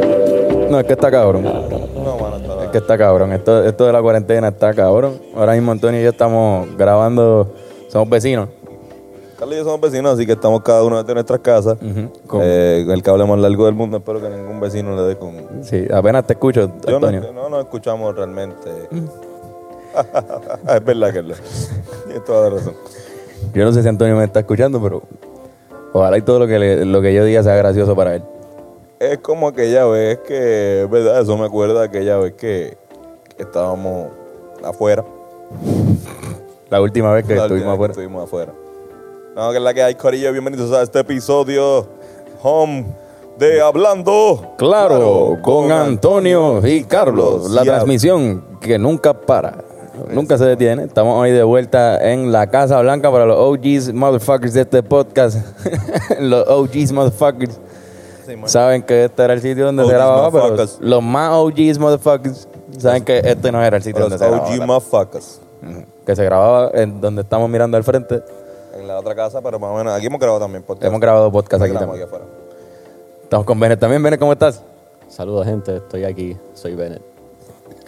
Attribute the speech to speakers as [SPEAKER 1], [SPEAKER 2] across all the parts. [SPEAKER 1] es que está cabrón.
[SPEAKER 2] No, mano, está
[SPEAKER 1] Es que está cabrón. Esto, esto de la cuarentena está cabrón. Ahora mismo Antonio y yo estamos grabando, somos vecinos.
[SPEAKER 2] Carlos y yo somos vecinos, así que estamos cada uno desde nuestras casas.
[SPEAKER 1] Ujú, con-
[SPEAKER 2] Eh, el cable más largo del mundo, espero que ningún vecino le dé con...
[SPEAKER 1] Sí, apenas te escucho,
[SPEAKER 2] Yo no,
[SPEAKER 1] Antonio.
[SPEAKER 2] no nos escuchamos realmente. es verdad, Carlos. Tienes toda la razón.
[SPEAKER 1] Yo no sé si Antonio me está escuchando, pero ojalá y todo lo que, le- lo que yo diga sea gracioso para él.
[SPEAKER 2] Es como aquella vez que, es verdad, eso me acuerda de aquella vez que, que estábamos afuera.
[SPEAKER 1] La última vez que
[SPEAKER 2] La última
[SPEAKER 1] estuvimos
[SPEAKER 2] vez que
[SPEAKER 1] afuera.
[SPEAKER 2] Estuvimos afuera. No, que es la que hay, Corillo. Bienvenidos a este episodio home de Hablando.
[SPEAKER 1] Claro, con Antonio y Carlos, la
[SPEAKER 2] Ya.
[SPEAKER 1] transmisión que nunca para, nunca se detiene. Estamos hoy de vuelta en la Casa Blanca para los OGs motherfuckers de este podcast. los OGs motherfuckers saben que este era el sitio donde
[SPEAKER 2] OGs
[SPEAKER 1] se grababa, pero
[SPEAKER 2] motherfuckers.
[SPEAKER 1] los más OGs motherfuckers saben que este no era el sitio
[SPEAKER 2] Los
[SPEAKER 1] donde se
[SPEAKER 2] OG
[SPEAKER 1] grababa.
[SPEAKER 2] motherfuckers.
[SPEAKER 1] Ujú. Que se grababa en donde estamos mirando al frente.
[SPEAKER 2] En la otra casa, pero más o menos. Aquí hemos grabado también. podcast.
[SPEAKER 1] Hemos grabado podcast
[SPEAKER 2] Aquí
[SPEAKER 1] aquí
[SPEAKER 2] grabamos aquí
[SPEAKER 1] también.
[SPEAKER 2] afuera.
[SPEAKER 1] Estamos con Bennett también. Bennett, ¿cómo estás?
[SPEAKER 3] Saludos, gente. Estoy aquí. Soy Bennett.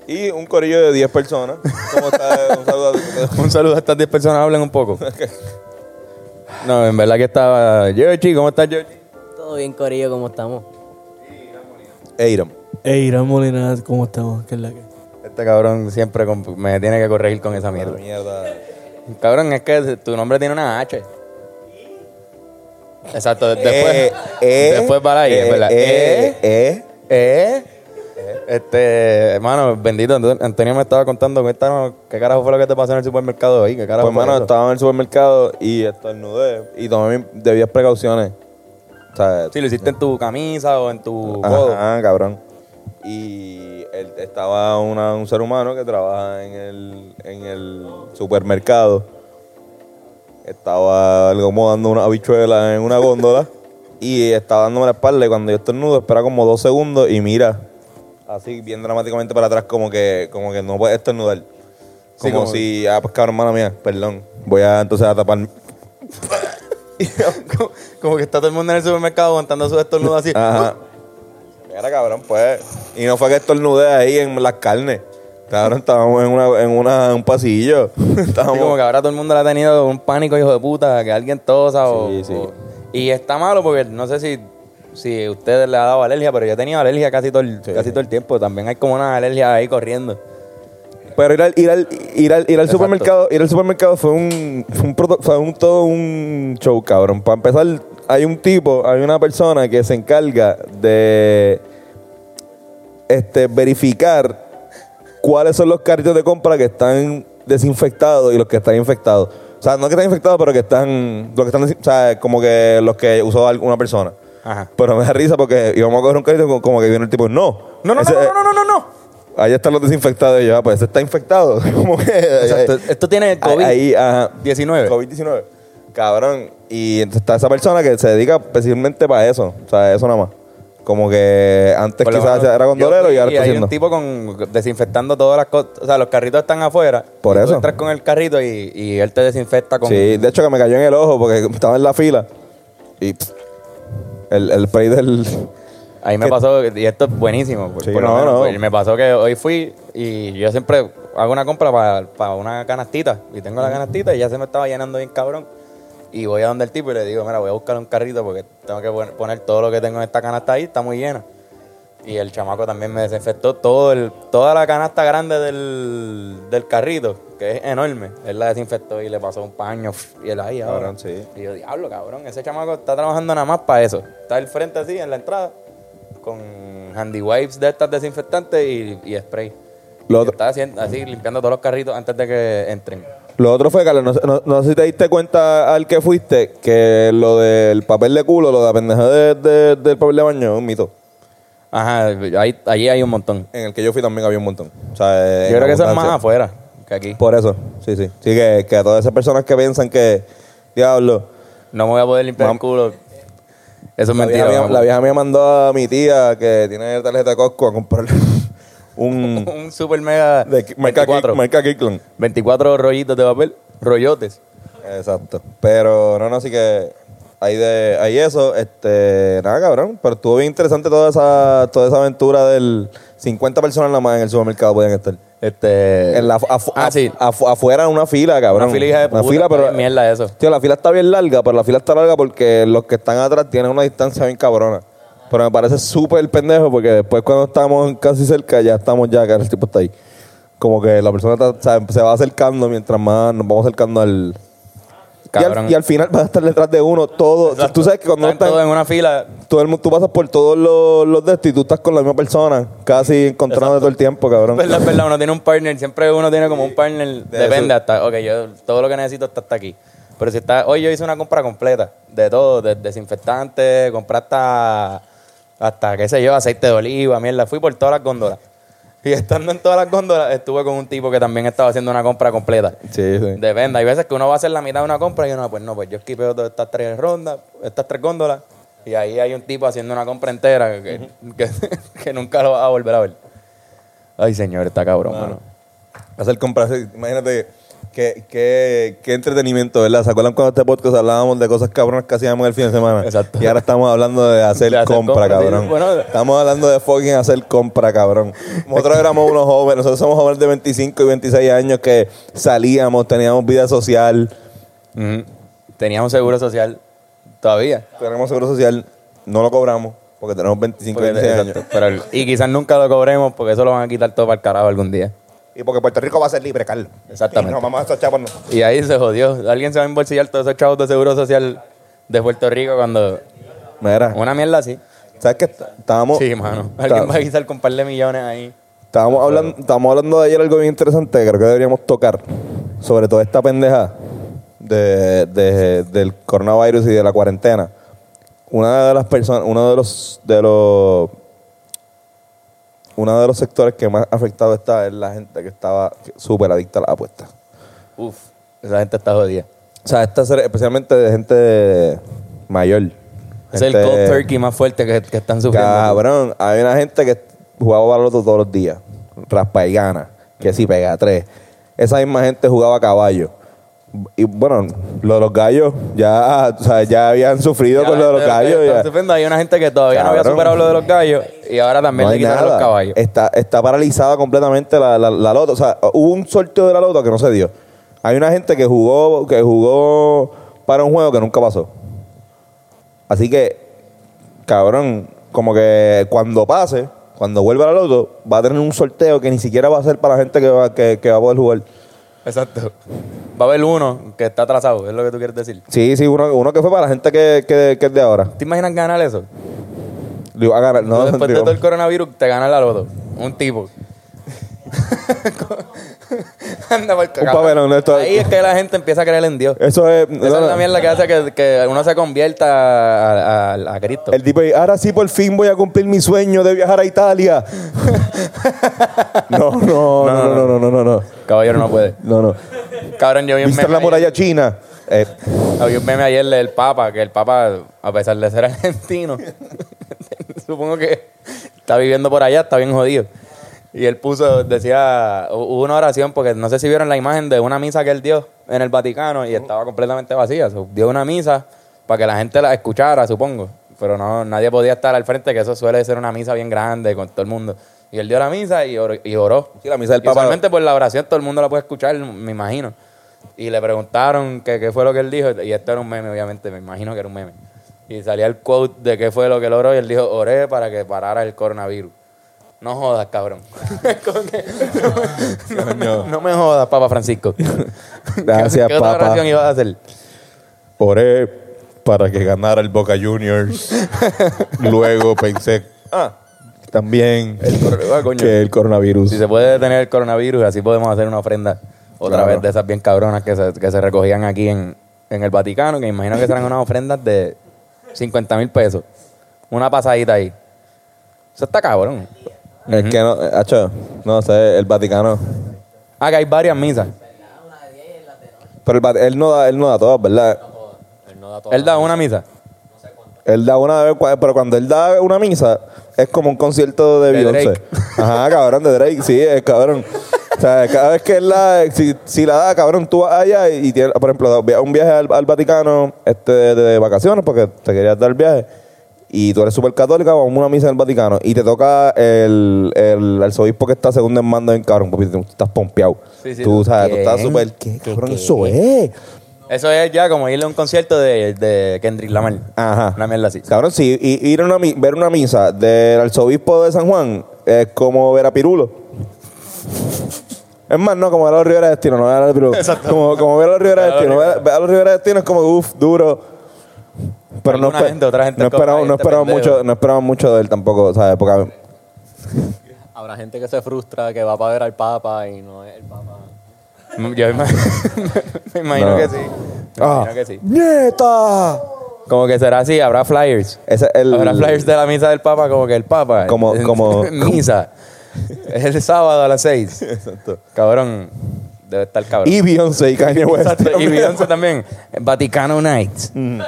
[SPEAKER 2] Y un corillo de 10 personas. ¿Cómo está? Un saludo a-
[SPEAKER 1] Un saludo a estas 10 personas, hablen un poco. No, en verdad que estaba. Georgie, ¿cómo estás, Georgie?
[SPEAKER 4] Todo bien, Corillo, ¿cómo estamos?
[SPEAKER 2] Eiram.
[SPEAKER 5] Ey, Irán Molina, ¿cómo estamos? ¿Qué es la que?
[SPEAKER 1] Este cabrón siempre con- me tiene que corregir con esa
[SPEAKER 2] La
[SPEAKER 1] mierda.
[SPEAKER 2] mierda.
[SPEAKER 1] Cabrón, es que tu nombre tiene una H. Exacto, de- después.
[SPEAKER 2] Eh, eh,
[SPEAKER 1] después para ahí, es
[SPEAKER 2] eh,
[SPEAKER 1] verdad.
[SPEAKER 2] eh,
[SPEAKER 1] Eh, eh. Este, hermano, bendito, Anto- Antonio me estaba contando, cuéntanos, ¿qué carajo fue lo que te pasó en el supermercado hoy? ¿Qué carajo
[SPEAKER 2] Pues,
[SPEAKER 1] fue
[SPEAKER 2] hermano,
[SPEAKER 1] eso?
[SPEAKER 2] estaba en el supermercado y estornudé. Y tomé mis debidas precauciones. O sea,
[SPEAKER 1] Sí, lo hiciste en tu camisa o en tu codo.
[SPEAKER 2] Ajá, cabrón. Y él- estaba una- un ser humano que trabaja en el, en el supermercado. Estaba como dando una habichuela en una góndola. y estaba dándome la espalda. Y cuando yo estornudo, espera como dos segundos y mira. Así, bien dramáticamente para atrás, como que, como que no puedes estornudar. Como,
[SPEAKER 1] como-
[SPEAKER 2] si, ah, pues cabrón, hermana mía, perdón. Voy a entonces a tapar.
[SPEAKER 1] como, como que está todo el mundo en el supermercado aguantando sus estornudos así.
[SPEAKER 2] Ajá. Mira, cabrón, pues. Y no fue que estornudé ahí en las carnes. Cabrón, estábamos en, una, en una, un pasillo.
[SPEAKER 1] Así como
[SPEAKER 2] Estábamos.
[SPEAKER 1] que ahora todo el mundo le ha tenido un pánico, hijo de puta, que alguien tosa o,
[SPEAKER 2] Sí, sí.
[SPEAKER 1] o- Y está malo porque no sé si, si a ustedes le ha dado alergia, pero yo he tenido alergia casi todo, el, casi todo el tiempo. También hay como una alergia ahí corriendo.
[SPEAKER 2] Pero ir al, ir al, ir al, ir al supermercado, ir al supermercado fue un, fue un, proto- fue un- todo un show, cabrón. Para empezar, hay un tipo, hay una persona que se encarga de este, verificar cuáles son los carritos de compra que están desinfectados y los que están infectados. O sea, no que están infectados, pero que están, los que están, desin- o sea, como que los que usó alguna persona.
[SPEAKER 1] Ajá.
[SPEAKER 2] Pero me da risa porque íbamos a coger un carrito como- como que viene el tipo, no.
[SPEAKER 1] No, no,
[SPEAKER 2] ese-
[SPEAKER 1] no, no, no, no, no, no.
[SPEAKER 2] Allá están los desinfectados. Y yo, ah, pues ese está infectado. Como que.
[SPEAKER 1] Exacto. Esto tiene el COVID.
[SPEAKER 2] Ahí, ajá.
[SPEAKER 1] 19.
[SPEAKER 2] COVID-19. Cabrón. Y entonces está esa persona que se dedica especialmente para eso. O sea, eso nada más. Como que antes
[SPEAKER 1] Por lo
[SPEAKER 2] quizás
[SPEAKER 1] menos
[SPEAKER 2] era con
[SPEAKER 1] yo
[SPEAKER 2] dolero
[SPEAKER 1] fui
[SPEAKER 2] y ahora está
[SPEAKER 1] hay
[SPEAKER 2] haciendo.
[SPEAKER 1] un tipo con, desinfectando todas las cosas. O sea, los carritos están afuera.
[SPEAKER 2] Por
[SPEAKER 1] y tú
[SPEAKER 2] eso.
[SPEAKER 1] entras con el carrito y, y él te desinfecta con...
[SPEAKER 2] Sí, de hecho que me cayó en el ojo porque estaba en la fila. Y. pss, el, el spray del.
[SPEAKER 1] Ahí me
[SPEAKER 2] Que-
[SPEAKER 1] pasó, y esto es buenísimo. por-
[SPEAKER 2] Sí,
[SPEAKER 1] por lo
[SPEAKER 2] no,
[SPEAKER 1] menos,
[SPEAKER 2] no.
[SPEAKER 1] pues, Me pasó que hoy fui y yo siempre hago una compra para una canastita. Y tengo la canastita y ya se me estaba llenando bien cabrón. Y voy a donde el tipo y le digo, mira, voy a buscar un carrito porque tengo que pon- poner todo lo que tengo en esta canasta ahí, está muy llena. Y el chamaco también me desinfectó todo el, toda la canasta grande del, del carrito, que es enorme. Él la desinfectó y le pasó un paño pf, y él ahí ahora.
[SPEAKER 2] Cabrón, sí.
[SPEAKER 1] Y yo, diablo, cabrón, ese chamaco está trabajando nada más para eso. Está al frente así, en la entrada, con handy wipes de estas desinfectantes y, y spray.
[SPEAKER 2] Lo
[SPEAKER 1] Y
[SPEAKER 2] otro-
[SPEAKER 1] Está haciendo, así, limpiando todos los carritos antes de que entren.
[SPEAKER 2] Lo otro fue, Carlos, no, sé- no- no sé si te diste cuenta al que fuiste que lo del papel de culo, lo de la pendeja de- de- del papel de baño es un mito.
[SPEAKER 1] Ajá, ahí- allí hay un montón.
[SPEAKER 2] En el que yo fui también había un montón. O sea, en
[SPEAKER 1] Yo creo que eso es más
[SPEAKER 2] Eh, abundancia.
[SPEAKER 1] afuera que aquí.
[SPEAKER 2] Por eso, sí, sí. Sí, que, que a todas esas personas que piensan que, diablo,
[SPEAKER 1] No me voy a poder limpiar
[SPEAKER 2] Mam-
[SPEAKER 1] el culo. Eso es
[SPEAKER 2] la
[SPEAKER 1] mentira.
[SPEAKER 2] vieja, mía,
[SPEAKER 1] vamos.
[SPEAKER 2] la vieja mía mandó a mi tía que tiene tarjeta de Costco a comprarle un...
[SPEAKER 1] Un super mega
[SPEAKER 2] de Ki- marca,
[SPEAKER 1] 24,
[SPEAKER 2] Ki- marca Kirkland.
[SPEAKER 1] 24 rollitos de papel, rollotes.
[SPEAKER 2] Exacto. Pero, no, no, así que Hay, de, hay eso, este, nada cabrón, pero estuvo bien interesante toda esa, toda esa aventura del 50 personas nada más en el supermercado podían estar.
[SPEAKER 1] Este.
[SPEAKER 2] En la, afu-
[SPEAKER 1] Ah, sí.
[SPEAKER 2] afu- afuera en una fila, cabrón.
[SPEAKER 1] Una fila hija de
[SPEAKER 2] Una
[SPEAKER 1] puta,
[SPEAKER 2] fila, pero,
[SPEAKER 1] qué mierda eso.
[SPEAKER 2] Tío, la fila está bien larga, pero la fila está larga porque los que están atrás tienen una distancia bien cabrona. Pero me parece súper pendejo porque después cuando estamos casi cerca, ya estamos ya, que el tipo está ahí. Como que la persona está- sabe, se va acercando mientras más nos vamos acercando al... Y
[SPEAKER 1] Cabrón.
[SPEAKER 2] al, y al final vas a estar detrás de uno todo. Tú sabes que cuando
[SPEAKER 1] Están
[SPEAKER 2] están,
[SPEAKER 1] todos en una fila.
[SPEAKER 2] todo el mundo, tú pasas por todos los, los de estos y tú estás con la misma persona, casi encontrándote todo el tiempo, cabrón.
[SPEAKER 1] Verdad, verdad, uno tiene un partner, siempre uno tiene como un partner, depende hasta, ok, yo todo lo que necesito está hasta aquí. Pero si está, hoy yo hice una compra completa, de todo, de desinfectante, compré hasta, hasta, qué sé yo, aceite de oliva, mierda, fui por todas las góndolas. Y estando en todas las góndolas, estuve con un tipo que también estaba haciendo una compra completa.
[SPEAKER 2] Sí, sí.
[SPEAKER 1] De venda. Hay veces que uno va a hacer la mitad de una compra y uno, pues no, pues yo esquipeo todas estas tres rondas, estas tres góndolas, y ahí hay un tipo haciendo una compra entera que, que- que nunca lo vas a volver a ver. Ay, señor, está cabrón, mano.
[SPEAKER 2] hacer compras. Imagínate qué, qué, qué entretenimiento, ¿verdad? ¿Se acuerdan cuando este podcast hablábamos de cosas cabronas que hacíamos el fin de semana?
[SPEAKER 1] Exacto.
[SPEAKER 2] Y ahora estamos hablando de hacer,
[SPEAKER 1] De hacer
[SPEAKER 2] compra,
[SPEAKER 1] compra, sí.
[SPEAKER 2] cabrón.
[SPEAKER 1] Bueno,
[SPEAKER 2] estamos hablando de fucking hacer compra, cabrón. Nosotros éramos unos jóvenes, nosotros somos jóvenes de 25 y 26 años que salíamos, teníamos vida social,
[SPEAKER 1] Ujú. Teníamos seguro social todavía.
[SPEAKER 2] tenemos seguro social, no lo cobramos porque tenemos 25 y
[SPEAKER 1] Porque-
[SPEAKER 2] 26 años.
[SPEAKER 1] exacto, pero el- y quizás nunca lo cobremos porque eso lo van a quitar todo para el carajo algún día.
[SPEAKER 6] Y porque Puerto Rico va a ser libre, Carlos.
[SPEAKER 1] Exactamente.
[SPEAKER 6] Y no, vamos a estos chavos no.
[SPEAKER 1] Y ahí se jodió. Alguien se va a embolsillar todos esos chavos de seguro social de Puerto Rico cuando.
[SPEAKER 2] Mira,
[SPEAKER 1] Una mierda así.
[SPEAKER 2] ¿sabes qué? Estábamos.
[SPEAKER 1] Sí, mano.
[SPEAKER 2] está-
[SPEAKER 1] Alguien va a quitar con un par de millones ahí.
[SPEAKER 2] Estábamos hablando, estábamos hablando de ayer algo bien interesante, creo que deberíamos tocar, sobre toda esta pendeja de, de- del coronavirus y de la cuarentena. Una de las personas, uno de los de los uno de los sectores que más afectado está es la gente que estaba súper adicta a las apuestas.
[SPEAKER 1] Uf, esa gente está jodida.
[SPEAKER 2] O sea, esta serie, especialmente de gente mayor.
[SPEAKER 1] Es el
[SPEAKER 2] Gente-
[SPEAKER 1] cold turkey más fuerte que, que están sufriendo.
[SPEAKER 2] Cabrón, hay una gente que jugaba baloto todos los días. Raspa y gana. Que si pega tres. Esa misma gente jugaba caballo. Y bueno, lo de los gallos, ya, o sea, ya habían sufrido
[SPEAKER 1] Ya
[SPEAKER 2] con
[SPEAKER 1] la
[SPEAKER 2] lo de los
[SPEAKER 1] gente
[SPEAKER 2] gallos.
[SPEAKER 1] está
[SPEAKER 2] ya.
[SPEAKER 1] sufriendo. Hay una gente que todavía no había
[SPEAKER 2] Cabrón.
[SPEAKER 1] superado lo de los gallos y ahora también
[SPEAKER 2] No
[SPEAKER 1] le
[SPEAKER 2] hay
[SPEAKER 1] quitaron
[SPEAKER 2] nada.
[SPEAKER 1] los caballos.
[SPEAKER 2] Está, está paralizada completamente la, la, la loto. O sea, hubo un sorteo de la loto que no se dio. Hay una gente que jugó, que jugó para un juego que nunca pasó. Así que, cabrón, como que cuando pase, cuando vuelva la loto, va a tener un sorteo que ni siquiera va a ser para la gente que va, que, que va a poder jugar.
[SPEAKER 1] Exacto. Va a haber uno que está atrasado, es lo que tú quieres decir.
[SPEAKER 2] Sí, sí, uno, uno que fue para la gente que, que, que es de ahora.
[SPEAKER 1] ¿Te imaginas ganar eso?
[SPEAKER 2] Digo, a ganar. No,
[SPEAKER 1] Después de
[SPEAKER 2] digo,
[SPEAKER 1] todo el coronavirus, te gana la loto. Un tipo. Anda por
[SPEAKER 2] Un papelón, esto-
[SPEAKER 1] Ahí es que la gente empieza a creer en Dios.
[SPEAKER 2] eso es.
[SPEAKER 1] Esa es la mierda que hace que, que uno se convierta a, a- a Cristo.
[SPEAKER 2] El tipo, ahora sí por fin voy a cumplir mi sueño de viajar a Italia. no, no, no, no, no, no, no, no.
[SPEAKER 1] Caballero no puede.
[SPEAKER 2] No, no.
[SPEAKER 1] Cabrón, yo vi un
[SPEAKER 2] Visitar
[SPEAKER 1] meme
[SPEAKER 2] la muralla
[SPEAKER 1] ayer-
[SPEAKER 2] china. Eh,
[SPEAKER 1] Había un meme ayer del Papa, que el Papa, a pesar de ser argentino, supongo que está viviendo por allá, está bien jodido. Y él puso, decía, hu- hubo una oración, porque no sé si vieron la imagen de una misa que él dio en el Vaticano y estaba completamente vacía. So, dio una misa para que la gente la escuchara, supongo. Pero no, nadie podía estar al frente, que eso suele ser una misa bien grande con todo el mundo. Y él dio la misa y oró. Y oró.
[SPEAKER 2] Sí, la misa del
[SPEAKER 1] Y
[SPEAKER 2] Papa-
[SPEAKER 1] usualmente por pues, la oración todo el mundo la puede escuchar, me imagino. Y le preguntaron que qué fue lo que él dijo. Y esto era un meme, obviamente, me imagino que era un meme. Y salía el quote de qué fue lo que él oró. Y él dijo, oré para que parara el coronavirus. No jodas, cabrón. Como que- no, me- no me- no me jodas, Papa Francisco.
[SPEAKER 2] Gracias,
[SPEAKER 1] ¿Qué otra
[SPEAKER 2] Papa.
[SPEAKER 1] oración ibas a hacer?
[SPEAKER 2] oré para que ganara el Boca Juniors. Luego pensé, ah, también
[SPEAKER 1] El cor- ah, coño.
[SPEAKER 2] que el coronavirus.
[SPEAKER 1] Si se puede detener el coronavirus, así podemos hacer una ofrenda otra
[SPEAKER 2] Claro.
[SPEAKER 1] vez de esas bien cabronas que se, que se recogían aquí en, en el Vaticano, que me imagino que serán unas ofrendas de 50 mil pesos. Una pasadita ahí. Eso está cabrón.
[SPEAKER 2] Es que no, eh, hacho, no sé, el Vaticano.
[SPEAKER 1] Ah, que hay varias misas.
[SPEAKER 2] Pero el, Va- él, no da, él no da todas, ¿verdad?
[SPEAKER 3] Él no da todo.
[SPEAKER 1] Él da una misa.
[SPEAKER 2] Él da una vez, cua- pero cuando él da una misa, es como un concierto de,
[SPEAKER 1] De
[SPEAKER 2] Beyoncé.
[SPEAKER 1] Drake.
[SPEAKER 2] Ajá, cabrón, de Drake, sí, es cabrón. O sea, cada vez que él la, si, si la da, cabrón, tú vas allá y, tienes, por ejemplo, via- un viaje al, al Vaticano este, de, de vacaciones porque te querías dar viaje y tú eres súper católica, vamos a una misa en el Vaticano y te toca el, el arzobispo que está segundo en mando en cabrón, papi, tú estás pompeado.
[SPEAKER 1] Sí, sí,
[SPEAKER 2] tú,
[SPEAKER 1] no.
[SPEAKER 2] sabes, tú estás
[SPEAKER 1] ¿Qué?
[SPEAKER 2] súper, ¿qué cabrón
[SPEAKER 4] qué?
[SPEAKER 2] eso es?
[SPEAKER 1] Eso es ya como irle a un concierto de, de Kendrick Lamar.
[SPEAKER 2] Ajá.
[SPEAKER 1] Una mierda así.
[SPEAKER 2] Cabrón, sí, y, ir a una, mi- ver una misa del arzobispo de San Juan es como ver a Pirulo. Es más, no, como ver a los Rivera Destino, no ver a los Pirulo. Como, como ver a los Rivera Destino. Ver, ver a los Rivera Destino es como, uff, duro. Pero no,
[SPEAKER 1] Alguna
[SPEAKER 2] espe-
[SPEAKER 1] gente, otra gente
[SPEAKER 2] no
[SPEAKER 1] como,
[SPEAKER 2] esperamos,
[SPEAKER 1] "Ay,
[SPEAKER 2] no
[SPEAKER 1] este
[SPEAKER 2] esperamos
[SPEAKER 1] pendejo".
[SPEAKER 2] mucho, no esperamos mucho de él tampoco, ¿sabes? Porque
[SPEAKER 3] Habrá gente que se frustra, que va para ver al Papa y no es el Papa.
[SPEAKER 1] Mm, Yo ima- me imagino
[SPEAKER 2] No.
[SPEAKER 1] que sí. Me
[SPEAKER 2] Ah.
[SPEAKER 1] imagino que sí.
[SPEAKER 2] ¡Nieta!
[SPEAKER 1] Como que será así, habrá flyers.
[SPEAKER 2] Ese es el.
[SPEAKER 1] Habrá flyers de la misa del Papa, como que el Papa.
[SPEAKER 2] Uh.
[SPEAKER 1] eh,
[SPEAKER 2] Como- como-
[SPEAKER 1] misa. Es el sábado a las 6.
[SPEAKER 2] Exacto.
[SPEAKER 1] Cabrón. Debe estar cabrón.
[SPEAKER 2] Y pues, Beyoncé y Kanye West. Mm.
[SPEAKER 1] Exacto, y Beyoncé también. Vaticano Nights. En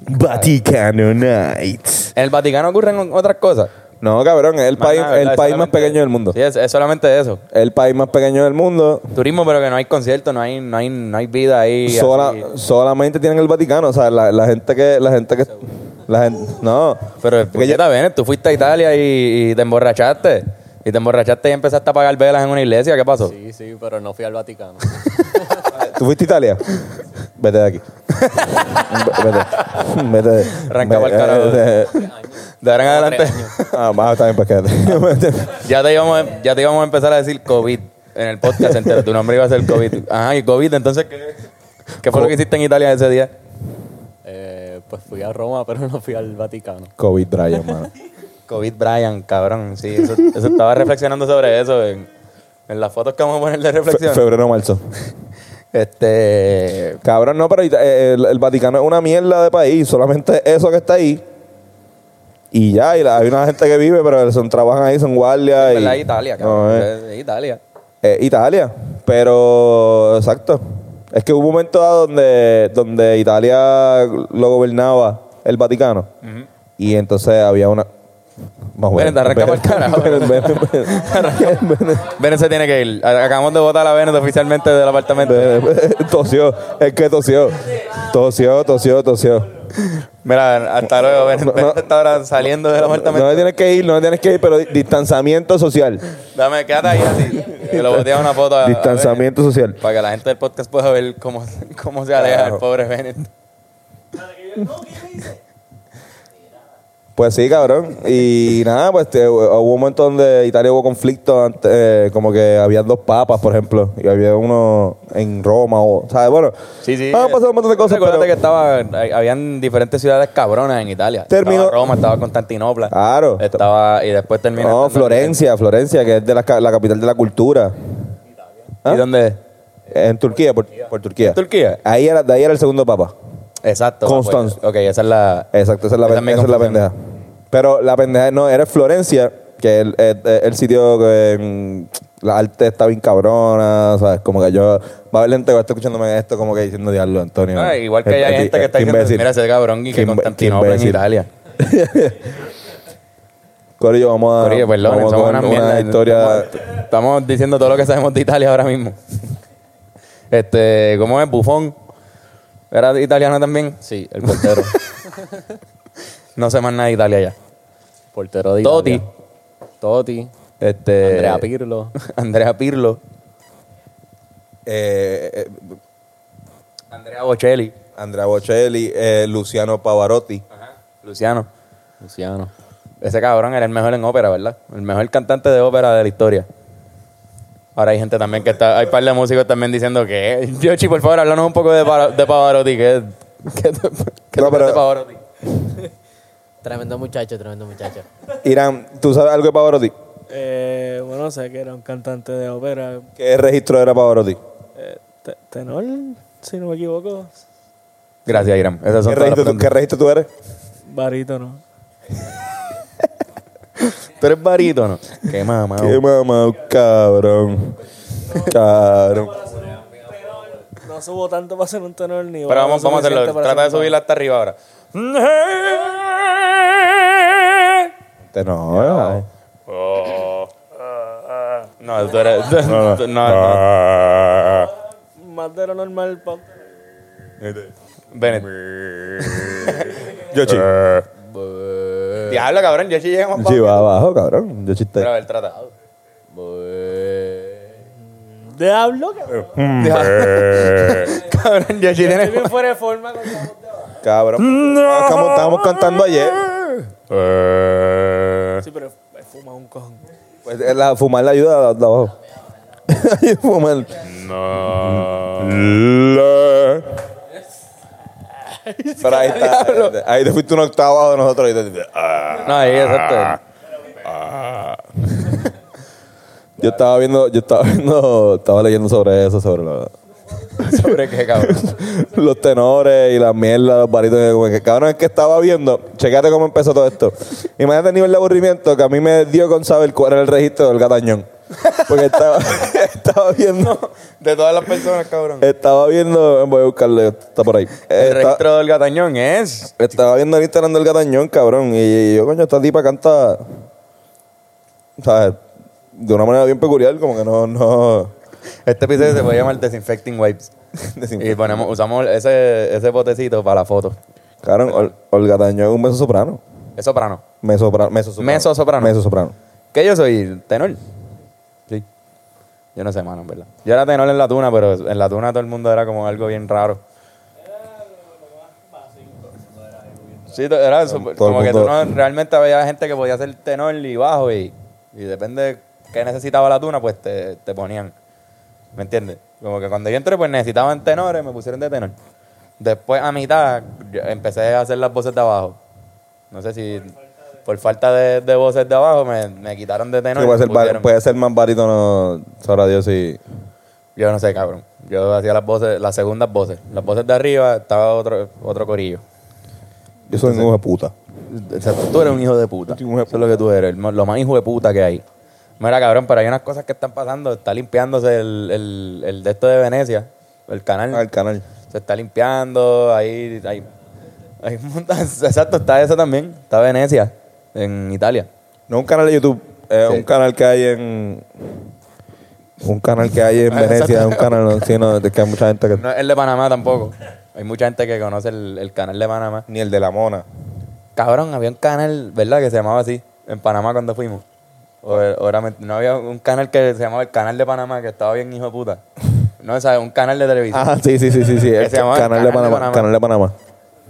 [SPEAKER 2] Vaticano Nights.
[SPEAKER 1] el Vaticano ocurren otras cosas.
[SPEAKER 2] No, cabrón, es el
[SPEAKER 1] Más
[SPEAKER 2] país,
[SPEAKER 1] nada, ¿verdad?
[SPEAKER 2] el
[SPEAKER 1] Es
[SPEAKER 2] país más
[SPEAKER 1] solamente-
[SPEAKER 2] pequeño del mundo.
[SPEAKER 1] Sí, es, es solamente eso.
[SPEAKER 2] El país más pequeño del mundo.
[SPEAKER 1] Turismo, pero que no hay conciertos, no hay, no hay, no hay vida ahí.
[SPEAKER 2] Sola-
[SPEAKER 1] así.
[SPEAKER 2] solamente tienen el Vaticano. O sea, la, la gente que. La gente que. La gente, no.
[SPEAKER 1] Pero
[SPEAKER 2] Porque
[SPEAKER 1] porque ya
[SPEAKER 2] yo-
[SPEAKER 1] está bien, tú fuiste a Italia y, y te emborrachaste. Y te emborrachaste y empezaste a pagar velas en una iglesia. ¿Qué pasó?
[SPEAKER 3] Sí, sí, pero no fui al Vaticano.
[SPEAKER 2] ¿Tú fuiste a Italia? Vete de aquí. V- vete. Vete. de-
[SPEAKER 1] Arranca pa'l
[SPEAKER 2] vete-
[SPEAKER 1] carajo.
[SPEAKER 2] vete-
[SPEAKER 1] De ahora en adelante,
[SPEAKER 2] Ah, va, está bien, pues quédate.
[SPEAKER 1] ya te, íbamos, a- ya te íbamos a empezar a decir COVID en el podcast entero. Tu nombre iba a ser COVID. Ajá, y COVID, entonces, ¿qué, qué fue lo que hiciste en Italia ese día?
[SPEAKER 3] Eh, pues fui a Roma, pero no fui al Vaticano.
[SPEAKER 2] COVID Brian, mano.
[SPEAKER 1] COVID Brian, cabrón. Sí, eso, eso estaba reflexionando sobre eso en, en las fotos que vamos a poner de
[SPEAKER 2] Fe-
[SPEAKER 1] reflexión.
[SPEAKER 2] febrero, marzo.
[SPEAKER 1] este.
[SPEAKER 2] Cabrón, no, pero Ita- eh, el, el Vaticano es una mierda de país. Solamente eso que está ahí. Y ya, y la- hay una gente que vive, pero son, trabajan ahí, son guardias.
[SPEAKER 1] ¿Verdad?
[SPEAKER 2] y-
[SPEAKER 1] Italia,
[SPEAKER 2] No,
[SPEAKER 1] cabrón.
[SPEAKER 2] eh.
[SPEAKER 1] Es Italia.
[SPEAKER 2] Eh, Italia, pero exacto. Es que hubo un momento dado donde, donde Italia lo gobernaba el Vaticano. Y entonces había una. Más
[SPEAKER 1] Ven, te arranca pa'l carajo.
[SPEAKER 2] Ven, ven, ven.
[SPEAKER 1] Bennett se tiene que ir. Acabamos de votar a Bennett oficialmente del apartamento.
[SPEAKER 2] Ven, Tosió, es que tosió. Tosió, tosió, tosió.
[SPEAKER 1] Mira, hasta luego, Bennett.
[SPEAKER 2] No, no.
[SPEAKER 1] Bennett está ahora saliendo del
[SPEAKER 2] No
[SPEAKER 1] apartamento.
[SPEAKER 2] me tienes que ir, no me tienes que ir, pero di- distanciamiento social.
[SPEAKER 1] Dame, quédate ahí así. Que lo botea una foto. a- a
[SPEAKER 2] Distanciamiento social.
[SPEAKER 1] Bennett, para que la gente del podcast pueda ver cómo, cómo se aleja el pobre Bennett.
[SPEAKER 2] Pues sí, cabrón. Y nada, pues te- hubo un momento donde en Italia hubo conflictos, ante- eh, como que había dos papas, por ejemplo, y había uno en Roma, o, ¿sabes? Bueno,
[SPEAKER 1] Sí, sí.
[SPEAKER 2] han pasado un montón de cosas,
[SPEAKER 1] Recuerda
[SPEAKER 2] pero...
[SPEAKER 1] que estaba, hay- habían diferentes ciudades cabronas en Italia.
[SPEAKER 2] Terminó-
[SPEAKER 1] Estaba Roma, estaba Constantinopla.
[SPEAKER 2] Claro.
[SPEAKER 1] Estaba, y después terminó.
[SPEAKER 2] No, Florencia, Florencia, que es de la, ca- la capital de la cultura, ¿Ah?
[SPEAKER 1] ¿Y dónde?
[SPEAKER 2] en Turquía, por, por Turquía.
[SPEAKER 1] Turquía.
[SPEAKER 2] Ahí era, de ahí era el segundo papa.
[SPEAKER 1] Exacto.
[SPEAKER 2] Constanz.
[SPEAKER 1] Pues, ok, esa es la.
[SPEAKER 2] Exacto, esa es la,
[SPEAKER 1] Esa
[SPEAKER 2] pen-
[SPEAKER 1] es mi
[SPEAKER 2] esa es la
[SPEAKER 1] confusión.
[SPEAKER 2] pendeja. Pero la pendeja no, era Florencia, que eh, el, el, el sitio que mm, la arte está bien cabrona, ¿sabes? Como que yo. Va a haber gente que va a estar escuchándome esto, como que diciendo diablo, Antonio.
[SPEAKER 1] Ah, igual que hay
[SPEAKER 2] Eh,
[SPEAKER 1] gente
[SPEAKER 2] eh,
[SPEAKER 1] que está
[SPEAKER 2] qué
[SPEAKER 1] diciendo,
[SPEAKER 2] imbécil.
[SPEAKER 1] mira ese cabrón y
[SPEAKER 2] Qué
[SPEAKER 1] que
[SPEAKER 2] imbe-
[SPEAKER 1] Constantinopla
[SPEAKER 2] qué
[SPEAKER 1] en
[SPEAKER 2] imbécil.
[SPEAKER 1] Italia.
[SPEAKER 2] Corillo, vamos a.
[SPEAKER 1] Corillo, perdón,
[SPEAKER 2] Ah, vamos
[SPEAKER 1] somos
[SPEAKER 2] con
[SPEAKER 1] una
[SPEAKER 2] una,
[SPEAKER 1] mierda.
[SPEAKER 2] historia.
[SPEAKER 1] Estamos, estamos diciendo todo lo que sabemos de Italia ahora mismo. Este, ¿cómo es? Bufón. Era italiano también.
[SPEAKER 3] Sí, el portero.
[SPEAKER 1] No sé más nada de Italia ya.
[SPEAKER 3] portero de
[SPEAKER 1] Totti.
[SPEAKER 3] Italia. Totti.
[SPEAKER 1] Este,
[SPEAKER 3] Andrea Pirlo.
[SPEAKER 1] Andrea Pirlo.
[SPEAKER 2] Eh, eh,
[SPEAKER 1] Andrea Bocelli.
[SPEAKER 2] Andrea Bocelli, eh, Luciano Pavarotti.
[SPEAKER 1] Luciano.
[SPEAKER 3] Luciano.
[SPEAKER 1] Ese cabrón era el mejor en ópera, ¿verdad? El mejor cantante de ópera de la historia. Ahora hay gente también que está. Hay par de músicos también diciendo que. Yoshi, por favor, háblanos un poco de, Pava- de Pavarotti. ¿Qué, qué, te- qué
[SPEAKER 2] No,
[SPEAKER 1] te
[SPEAKER 2] pero-
[SPEAKER 1] parece Pavarotti?
[SPEAKER 4] Tremendo muchacho, tremendo muchacho.
[SPEAKER 2] Irán, ¿tú sabes algo de Pavarotti?
[SPEAKER 5] Eh, bueno, sé que era un cantante de ópera.
[SPEAKER 2] ¿Qué registro era Pavarotti?
[SPEAKER 5] eh, te- tenor, si no me equivoco.
[SPEAKER 1] Gracias, Iram. Esas son todas
[SPEAKER 2] ¿Qué
[SPEAKER 1] las
[SPEAKER 2] registro, tú, ¿Qué
[SPEAKER 1] preguntas.
[SPEAKER 2] registro tú eres?
[SPEAKER 5] Barítono.
[SPEAKER 1] Tú eres barítono. Qué mamá.
[SPEAKER 2] Qué mamá, cabrón. Cabrón.
[SPEAKER 5] No subo tanto para ser un tenor ni
[SPEAKER 1] Pero vamos, vamos a hacerlo. Trata de subirla hasta arriba ahora.
[SPEAKER 2] Este no, eh.
[SPEAKER 1] Oh, ah, No, tú eres. tú-
[SPEAKER 2] No, Ah.
[SPEAKER 1] tú-
[SPEAKER 2] no.
[SPEAKER 1] no, no.
[SPEAKER 5] Más de lo normal, pa.
[SPEAKER 1] Bennett.
[SPEAKER 2] Yoshi.
[SPEAKER 1] Diablo, cabrón, yo sí llegué más
[SPEAKER 2] Yoshi
[SPEAKER 1] bajo.
[SPEAKER 2] va abajo, cabrón. Yoshi está
[SPEAKER 1] Pero a
[SPEAKER 2] ahí.
[SPEAKER 1] ver, trata.
[SPEAKER 5] Diablo, cabrón.
[SPEAKER 1] Cabrón, yo sí
[SPEAKER 5] Estoy
[SPEAKER 1] tiene.
[SPEAKER 5] bien fuera de forma con la voz de abajo.
[SPEAKER 2] Cabrón. Estábamos, estábamos cantando ayer.
[SPEAKER 5] Sí, pero he fumado un cojón.
[SPEAKER 2] Pues, eh, la, fumar la ayuda a la- la abajo. fumar. No. Pero ahí está. eh, Ahí te fuiste un octavo abajo de nosotros. Y te- ah.
[SPEAKER 1] No, ahí, exacto.
[SPEAKER 2] Yo estaba viendo, yo estaba viendo, estaba leyendo sobre eso, sobre lo-
[SPEAKER 1] ¿Sobre qué, cabrón?
[SPEAKER 2] los tenores y la mierda, los baritos. Como que, cabrón, es que estaba viendo, checate cómo empezó todo esto. Imagínate el nivel de aburrimiento que a mí me dio con saber cuál era el registro del gatañón. Porque estaba, estaba viendo,
[SPEAKER 1] De todas las personas, cabrón.
[SPEAKER 2] estaba viendo, voy a buscarlo, está por ahí.
[SPEAKER 1] El
[SPEAKER 2] Esta-
[SPEAKER 1] registro del gatañón es.
[SPEAKER 2] estaba viendo el Instagram del gatañón, cabrón, y yo, coño, esta tipa canta, ¿sabes? De una manera bien peculiar, como que no, no...
[SPEAKER 1] Este episodio se puede llamar Desinfecting Wipes.
[SPEAKER 2] Desinfecting.
[SPEAKER 1] Y ponemos, usamos ese, ese botecito para la foto.
[SPEAKER 2] Cabrón, Ol- Olga Tañón es un meso soprano.
[SPEAKER 1] Es soprano.
[SPEAKER 2] Meso soprano. Meso soprano.
[SPEAKER 1] Mezzosoprano.
[SPEAKER 2] Meso soprano.
[SPEAKER 1] Que yo soy tenor. Sí. Yo no sé, mano, en verdad. Yo era tenor en la tuna, pero en la tuna todo el mundo era como algo bien raro. Sí, to- era eso.
[SPEAKER 2] el
[SPEAKER 1] Como que tú
[SPEAKER 2] mundo-
[SPEAKER 1] no, realmente había gente que podía ser tenor y bajo y, y depende de qué necesitaba la tuna, pues te, te ponían. ¿Me entiendes? Como que cuando yo entré, pues necesitaban tenores, me pusieron de tenor. Después, a mitad, yo empecé a hacer las voces de abajo. No sé si por falta de, de voces de abajo me, me quitaron de tenor.
[SPEAKER 2] Sí,
[SPEAKER 1] y me
[SPEAKER 2] puede, ser pues. ba-
[SPEAKER 1] pusieron-
[SPEAKER 2] puede ser más barítono, sabrá Dios si...
[SPEAKER 1] Yo no sé, cabrón. Yo hacía las voces, las segundas voces. Las voces de arriba estaba otro, otro corillo.
[SPEAKER 2] Yo soy un hijo de puta.
[SPEAKER 1] O sea, tú eres un hijo de puta.
[SPEAKER 2] Yo soy un hijo de
[SPEAKER 1] Eso es lo que tú eres, el mo- lo más hijo de puta que hay. Mira, cabrón, pero hay unas cosas que están pasando. Está limpiándose el, el, el de esto de Venecia, el canal.
[SPEAKER 2] Al canal.
[SPEAKER 1] Se está limpiando, ahí hay, hay un montón. Exacto, está eso también. Está Venecia, en Italia.
[SPEAKER 2] No un canal de YouTube, es
[SPEAKER 1] Sí.
[SPEAKER 2] un canal que hay en... Un canal que hay en Venecia, un canal sino de que hay mucha gente que...
[SPEAKER 1] Ah, No es el de Panamá tampoco. Hay mucha gente que conoce el, el canal de Panamá.
[SPEAKER 2] Ni el de la mona.
[SPEAKER 1] Cabrón, había un canal, ¿verdad? Que se llamaba así, en Panamá cuando fuimos. O, o era ment- no había un canal que se llamaba el canal de Panamá, que estaba bien hijo de puta. No, sabes, un canal de televisión.
[SPEAKER 2] Ah, sí, sí, sí, sí, sí. El
[SPEAKER 1] se llama
[SPEAKER 2] canal, de Panamá, Canal de Panamá.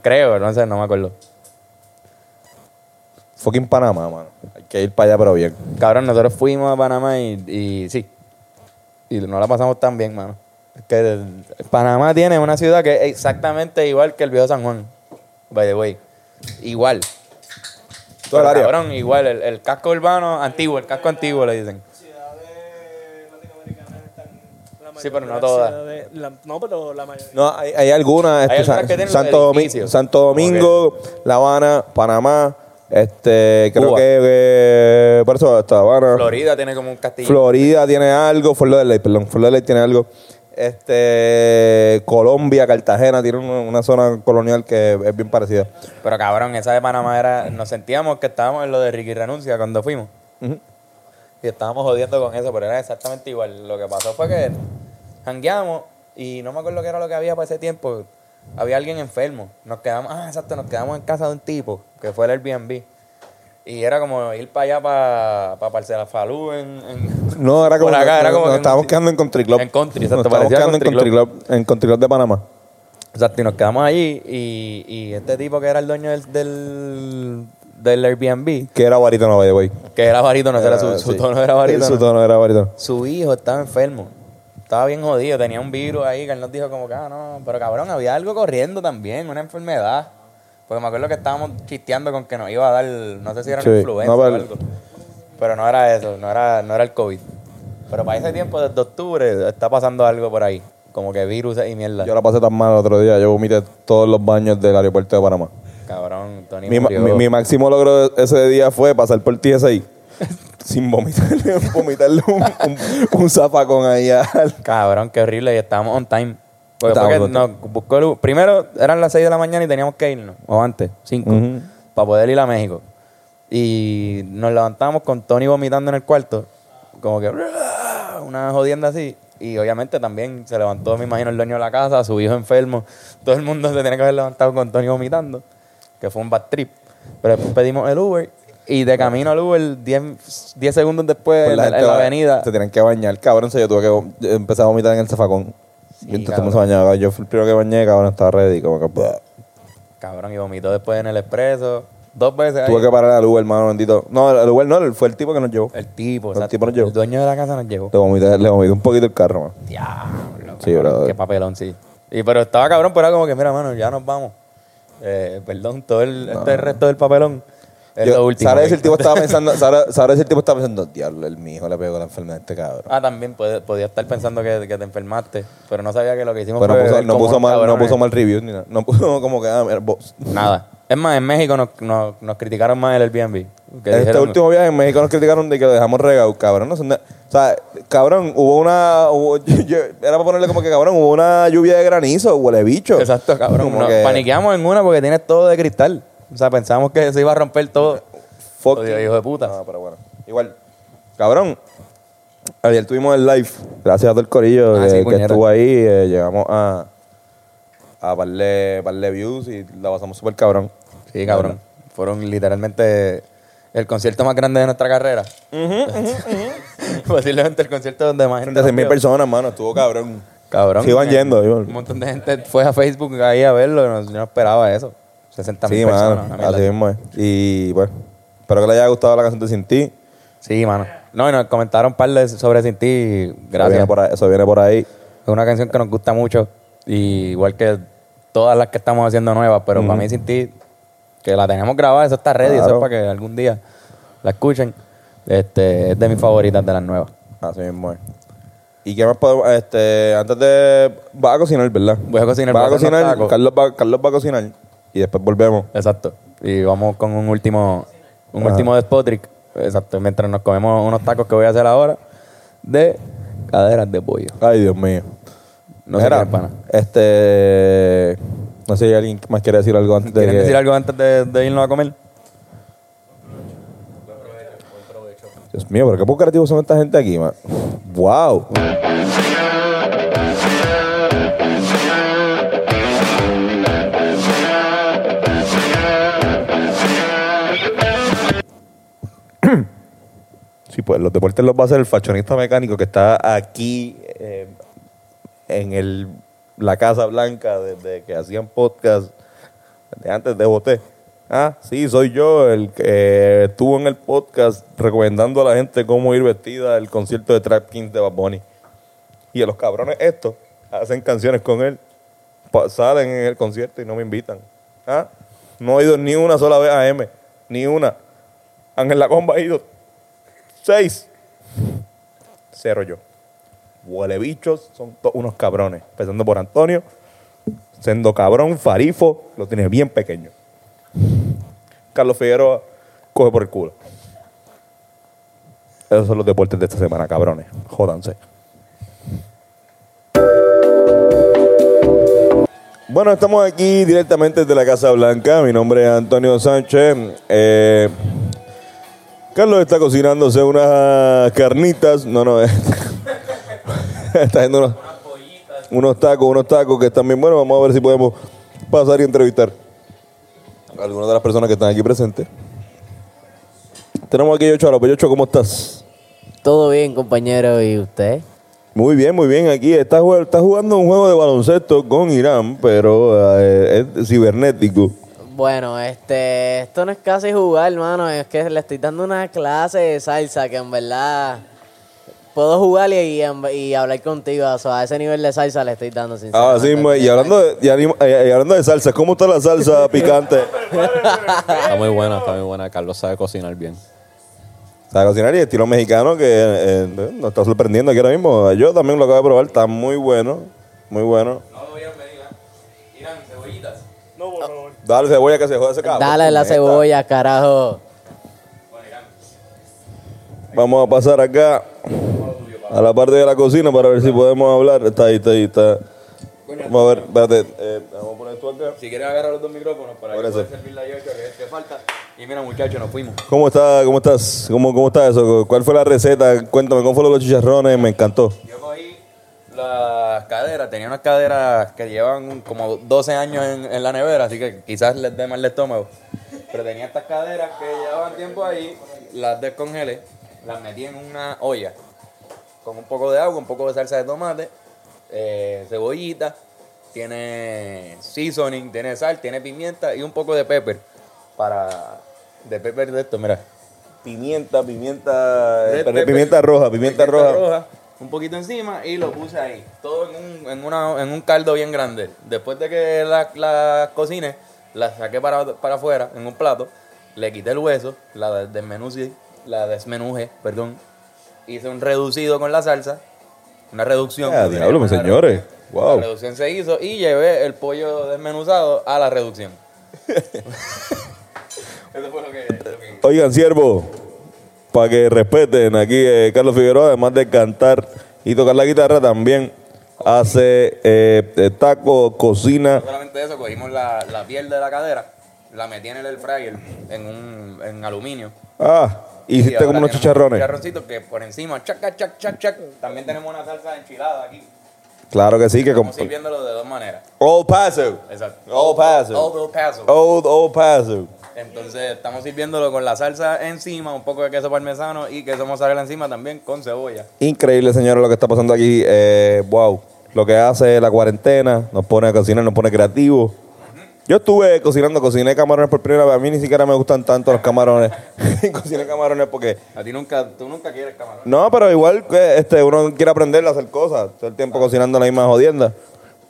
[SPEAKER 1] Creo, no sé, no me acuerdo.
[SPEAKER 2] Fucking Panamá, mano. Hay que ir para allá, pero bien.
[SPEAKER 1] Cabrón, nosotros fuimos a Panamá y, y sí. Y no la pasamos tan bien, mano. Es que eh, Panamá tiene una ciudad que es exactamente igual que el viejo San Juan. By the way. Igual.
[SPEAKER 2] Todo el
[SPEAKER 1] Pero,
[SPEAKER 2] área.
[SPEAKER 1] Cabrón, igual. El, el casco urbano antiguo, el casco antiguo le dicen.
[SPEAKER 5] ciudades latinoamericanas están. la
[SPEAKER 1] Sí, pero no
[SPEAKER 5] mayoría de las
[SPEAKER 1] todas.
[SPEAKER 5] ciudades- la- no, pero la mayoría.
[SPEAKER 2] No, hay, hay algunas.
[SPEAKER 1] Hay
[SPEAKER 2] este,
[SPEAKER 1] algunas
[SPEAKER 2] San-
[SPEAKER 1] que tienen
[SPEAKER 2] Santo, Domi-
[SPEAKER 1] edificios.
[SPEAKER 2] Santo Domingo, La Habana, Panamá, este, creo
[SPEAKER 1] Cuba.
[SPEAKER 2] que. eh, por eso, hasta Habana.
[SPEAKER 1] Florida tiene como un castillo.
[SPEAKER 2] Florida tiene algo, Fort Lauderdale, perdón, Fort Lauderdale tiene algo. Este, Colombia, Cartagena tiene una, una zona colonial que es bien parecida.
[SPEAKER 1] Pero cabrón, esa de Panamá era. Nos sentíamos que estábamos en lo de Ricky Renuncia cuando fuimos. Y estábamos jodiendo con eso, pero era exactamente igual. Lo que pasó fue que jangueamos y no me acuerdo qué era lo que había para ese tiempo. Había alguien enfermo. Nos quedamos, ah, exacto, nos quedamos en casa de un tipo que fue el Airbnb. Y era como ir para allá, para, para Parcela Falú en, en-
[SPEAKER 2] No, era como.
[SPEAKER 1] Por acá,
[SPEAKER 2] no,
[SPEAKER 1] era
[SPEAKER 2] no,
[SPEAKER 1] como
[SPEAKER 2] nos
[SPEAKER 1] que-
[SPEAKER 2] estábamos quedando en Country Club.
[SPEAKER 1] En Country,
[SPEAKER 2] Nos
[SPEAKER 1] exacto,
[SPEAKER 2] estábamos
[SPEAKER 1] parecía
[SPEAKER 2] quedando en
[SPEAKER 1] Country
[SPEAKER 2] Country Club. en Country Club de Panamá.
[SPEAKER 1] Exacto, y nos quedamos allí y, y este tipo que era el dueño del, del, del Airbnb,
[SPEAKER 2] Que era barítono, by the way.
[SPEAKER 1] que era barítono, ese era, su,
[SPEAKER 2] Era-
[SPEAKER 1] su
[SPEAKER 2] Ah, sí.
[SPEAKER 1] tono era barítono.
[SPEAKER 2] Su tono era barítono.
[SPEAKER 1] su hijo estaba enfermo. Estaba bien jodido, tenía un virus ahí que él nos dijo como que, ah, no, pero cabrón, había algo corriendo también, una enfermedad. Porque me acuerdo que estábamos chisteando con que nos iba a dar, no sé si era
[SPEAKER 2] Sí,
[SPEAKER 1] una influenza
[SPEAKER 2] no,
[SPEAKER 1] o
[SPEAKER 2] pero-
[SPEAKER 1] algo. Pero no era eso, no era, no era el COVID. Pero para ese tiempo, desde octubre, está pasando algo por ahí. Como que virus y mierda.
[SPEAKER 2] Yo la pasé tan mal el otro día. Yo vomité todos los baños del aeropuerto de Panamá.
[SPEAKER 1] Cabrón, Tony
[SPEAKER 2] Mi, ma-
[SPEAKER 1] murió.
[SPEAKER 2] mi- mi máximo logro de- ese día fue pasar por TSI sin vomitarle, vomitarle un, un, un zapacón ahí al...
[SPEAKER 1] Cabrón, qué horrible. Y estábamos on time. Porque fue
[SPEAKER 2] Estábamos
[SPEAKER 1] que
[SPEAKER 2] on time.
[SPEAKER 1] nos buscó el Uber. Primero eran las 6 de la mañana y teníamos que irnos. O antes, 5.
[SPEAKER 2] Ujú.
[SPEAKER 1] Para poder ir a México. Y nos levantamos con Tony vomitando en el cuarto. Como que. una jodienda así. Y obviamente también se levantó, me imagino, el dueño de la casa, su hijo enfermo. Todo el mundo se tiene que haber levantado con Tony vomitando, que fue un bad trip. Pero después pedimos el Uber y de camino al Uber, 10 10 segundos después,
[SPEAKER 2] Pues
[SPEAKER 1] en la,
[SPEAKER 2] gente
[SPEAKER 1] en la
[SPEAKER 2] va-
[SPEAKER 1] avenida,
[SPEAKER 2] Se tienen que bañar, cabrón. So, yo tuve que vom- yo empecé a vomitar en el zafacón. yo intenté
[SPEAKER 1] cabrón.
[SPEAKER 2] me bañaba. Yo fui el primero que bañé, cabrón, estaba ready. Como que, bah.
[SPEAKER 1] cabrón, y vomitó después en el expreso. Dos veces. ahí.
[SPEAKER 2] Tuve que parar al Uber, hermano bendito. No, el Uber no, el- fue el tipo que nos llevó.
[SPEAKER 1] El tipo,
[SPEAKER 2] El
[SPEAKER 1] exacto.
[SPEAKER 2] tipo nos llevó.
[SPEAKER 1] El dueño de la casa nos llevó.
[SPEAKER 2] Le vomité, le vomité un poquito el carro, man.
[SPEAKER 1] Diablo.
[SPEAKER 2] Sí,
[SPEAKER 1] cabrón,
[SPEAKER 2] brother.
[SPEAKER 1] Qué papelón, sí. Y, pero estaba cabrón, pero era como que, mira, mano, ya nos vamos. Eh, perdón, todo el, este resto del papelón. Es
[SPEAKER 2] Yo-
[SPEAKER 1] lo último.
[SPEAKER 2] Sara
[SPEAKER 1] que-
[SPEAKER 2] es el tipo estaba pensando, Sara, Sara es el tipo estaba pensando, diablo, el mijo le pegó la enfermedad a este cabrón.
[SPEAKER 1] Ah, también puede- podía estar pensando que, que te enfermaste, pero no sabía que lo que hicimos
[SPEAKER 2] Pero no
[SPEAKER 1] fue
[SPEAKER 2] puso,
[SPEAKER 1] beber
[SPEAKER 2] no
[SPEAKER 1] como
[SPEAKER 2] puso
[SPEAKER 1] unos
[SPEAKER 2] mal, no
[SPEAKER 1] cabrones.
[SPEAKER 2] puso mal review ni nada. No puso como que, ah, mira, vos.
[SPEAKER 1] Nada. Es más, en México nos, nos, nos criticaron más el Airbnb. que
[SPEAKER 2] En este
[SPEAKER 1] dijeron-
[SPEAKER 2] último viaje en México nos criticaron de que lo dejamos regado, cabrón. No, son de- o sea, cabrón, hubo una. hubo- yo- yo- era para ponerle como que, cabrón, hubo una lluvia de granizo, huele bicho.
[SPEAKER 1] Exacto, cabrón.
[SPEAKER 2] Como
[SPEAKER 1] Nos
[SPEAKER 2] que-
[SPEAKER 1] paniqueamos en una porque tienes todo de cristal. O sea, pensamos que se iba a romper todo.
[SPEAKER 2] Fuck.
[SPEAKER 1] Odio, hijo de puta.
[SPEAKER 2] No, Ah, pero bueno. Igual, cabrón. Ayer tuvimos el live. Gracias a todo el corillo
[SPEAKER 1] Ah,
[SPEAKER 2] que,
[SPEAKER 1] sí,
[SPEAKER 2] que
[SPEAKER 1] puñeta.
[SPEAKER 2] estuvo ahí. eh, llegamos a. A parle, parle views y la pasamos súper cabrón.
[SPEAKER 1] Sí, cabrón. Fueron literalmente el concierto más grande de nuestra carrera. Posiblemente el concierto donde más gente.
[SPEAKER 2] Frente
[SPEAKER 1] nos
[SPEAKER 2] a 6.000
[SPEAKER 1] vio.
[SPEAKER 2] personas, mano. Estuvo cabrón.
[SPEAKER 1] Cabrón.
[SPEAKER 2] Se iban
[SPEAKER 1] eh,
[SPEAKER 2] yendo, iban.
[SPEAKER 1] Un montón de gente fue a Facebook ahí a verlo. No, yo no esperaba eso. 60 mil
[SPEAKER 2] Sí,
[SPEAKER 1] personas.
[SPEAKER 2] mano. Ah,
[SPEAKER 1] una mierda
[SPEAKER 2] Así
[SPEAKER 1] así.
[SPEAKER 2] mismo es. Y bueno. Espero que les haya gustado la canción de Sin Ti.
[SPEAKER 1] Sí, mano. No, y nos comentaron un par de sobre Sin Ti.
[SPEAKER 2] Eso viene
[SPEAKER 1] Gracias.
[SPEAKER 2] por ahí. Eso viene por ahí.
[SPEAKER 1] Es una canción que nos gusta mucho. Y igual que todas las que estamos haciendo nuevas. Pero para mí Sin Ti, que la tenemos grabada, eso está ready. Eso
[SPEAKER 2] Claro.
[SPEAKER 1] es para que algún día la escuchen. Este, es de mis favoritas de las nuevas.
[SPEAKER 2] Así mismo es. ¿Y qué más podemos? Este, antes de. Vas a cocinar, ¿verdad?
[SPEAKER 1] Voy a cocinar,
[SPEAKER 2] Vas a
[SPEAKER 1] voy a hacer unos
[SPEAKER 2] cocinar.
[SPEAKER 1] tacos.
[SPEAKER 2] Carlos va, Carlos va a cocinar. Y después volvemos.
[SPEAKER 1] Exacto. Y vamos con un último, un
[SPEAKER 2] Ajá.
[SPEAKER 1] último despotric. Exacto. Mientras nos comemos unos tacos que voy a hacer ahora de caderas de pollo.
[SPEAKER 2] Ay, Dios mío.
[SPEAKER 1] No sé
[SPEAKER 2] Mira,
[SPEAKER 1] qué, pana.
[SPEAKER 2] Este. No sé si alguien más quiere decir algo antes de
[SPEAKER 1] ¿Quieres
[SPEAKER 2] que-
[SPEAKER 1] decir algo antes de, de irnos a comer?
[SPEAKER 2] Dios mío, pero qué poco creativos son esta gente aquí, man. ¡Wow! Sí, pues los deportes los va a hacer el fachonista mecánico que está aquí eh, en el, la Casa Blanca desde que hacían podcast, desde antes de voté. Ah, sí, soy yo el que estuvo en el podcast recomendando a la gente cómo ir vestida al concierto de Trap Kings de Bad Bunny. Y a los cabrones estos hacen canciones con él, pa- salen en el concierto y no me invitan. Ah, no he ido ni una sola vez a M, ni una. Ángel La Comba ha ido seis. Cero yo. Huele bichos, son todos unos cabrones. Empezando por Antonio, siendo cabrón, farifo, lo tiene bien pequeño. Carlos Figueroa coge por el culo. Esos son los deportes de esta semana, cabrones. Jódanse. Bueno, estamos aquí directamente desde la Casa Blanca. Mi nombre es Antonio Sánchez. Eh, Carlos está cocinándose unas carnitas. No, no, eh. está haciendo unos, unos tacos, unos tacos que están bien buenos. Vamos a ver si podemos pasar y entrevistar a algunas de las personas que están aquí presentes. Tenemos aquí a Yocho López. Yocho, ¿cómo estás?
[SPEAKER 4] Todo bien, compañero, ¿y usted?
[SPEAKER 2] Muy bien, muy bien. Aquí está, jue- está jugando un juego de baloncesto con Irán, pero eh, es cibernético.
[SPEAKER 4] Bueno, este, esto no es casi jugar, hermano, es que le estoy dando una clase de salsa que en verdad puedo jugar y, y, en- y hablar contigo, o sea, a ese nivel de salsa le estoy dando
[SPEAKER 2] Ah,
[SPEAKER 4] sinceramente.
[SPEAKER 2] sí, ma- y hablando de, y anima- eh, y hablando de salsa, ¿cómo está la salsa picante?
[SPEAKER 3] Está muy buena, está muy buena. Carlos sabe cocinar bien.
[SPEAKER 2] Sabe cocinar y estilo mexicano que eh, nos está sorprendiendo aquí ahora mismo. Yo también lo acabo de probar, está muy bueno, muy bueno. ¿ah?
[SPEAKER 5] No, por favor.
[SPEAKER 2] Dale cebolla que se joda ese cabrón.
[SPEAKER 4] Dale la
[SPEAKER 2] Neta.
[SPEAKER 4] cebolla, carajo.
[SPEAKER 2] Vamos a pasar acá a la parte de la cocina para ver si podemos hablar. Está ahí, está ahí, está. Vamos a ver, espérate. eh, vamos a poner tú acá.
[SPEAKER 1] Si quieres agarrar los dos micrófonos para
[SPEAKER 2] Por
[SPEAKER 1] que
[SPEAKER 2] eso.
[SPEAKER 1] pueda servir la yocho que, que falta. Y mira, muchachos, nos fuimos.
[SPEAKER 2] ¿Cómo está, cómo estás? ¿Cómo, ¿Cómo está eso? ¿Cuál fue la receta? Cuéntame, ¿cómo fueron los chicharrones? Me encantó.
[SPEAKER 1] Yo cogí las caderas, tenía unas caderas que llevan un- como 12 años en, en la nevera, así que quizás les dé mal el estómago. Pero tenía estas caderas que llevaban tiempo ahí, las descongelé, las metí en una olla con un poco de agua, un poco de salsa de tomate, eh, cebollita, tiene seasoning, tiene sal, tiene pimienta y un poco de pepper para de pepper de esto, mira.
[SPEAKER 2] Pimienta, pimienta.
[SPEAKER 1] Red pepper.
[SPEAKER 2] Eh, Pimienta roja, pimienta, roja.
[SPEAKER 1] Un poquito encima y lo puse ahí. Todo en un, en una- en un caldo bien grande. Después de que la, la cocine, la saqué para, para afuera en un plato. Le quité el hueso, la de- desmenucé, la desmenujé, perdón. Hice un reducido con la salsa. Una reducción.
[SPEAKER 2] Ah, diablo, mis señores. Wow.
[SPEAKER 1] La reducción se hizo y llevé el pollo desmenuzado a la reducción. Eso fue lo que- lo que
[SPEAKER 2] Oigan, siervo, para que respeten, aquí eh, Carlos Figueroa, además de cantar y tocar la guitarra, también hace eh, eh, taco, cocina.
[SPEAKER 1] No solamente eso, cogimos la, la piel de la cadera, la metí en el air fryer, en, un, en aluminio.
[SPEAKER 2] Ah, hiciste
[SPEAKER 1] ahora
[SPEAKER 2] como unos
[SPEAKER 1] tenemos
[SPEAKER 2] chicharrones.
[SPEAKER 1] Chicharroncitos que por encima, chaca, chac, chac, chac. También tenemos una salsa enchilada aquí.
[SPEAKER 2] Claro que sí, que con...
[SPEAKER 1] Estamos sirviéndolo de dos maneras.
[SPEAKER 2] Old Paso.
[SPEAKER 1] Exacto. Old
[SPEAKER 2] Old Paso. Oh.
[SPEAKER 1] El Paso.
[SPEAKER 2] Old, Old Paso.
[SPEAKER 1] Entonces estamos sirviéndolo con la salsa encima, un poco de queso parmesano y queso mozzarella encima también con cebolla.
[SPEAKER 2] Increíble, señores, lo que está pasando aquí. Eh, wow. Lo que hace la cuarentena, nos pone a cocinar, nos pone creativos. Yo estuve cocinando, cociné camarones por primera vez. A mí ni siquiera me gustan tanto los camarones. cociné camarones porque...
[SPEAKER 1] A ti nunca, tú nunca quieres camarón.
[SPEAKER 2] No, pero igual que este, uno quiere aprender a hacer cosas. Todo el tiempo cocinando la misma jodienda.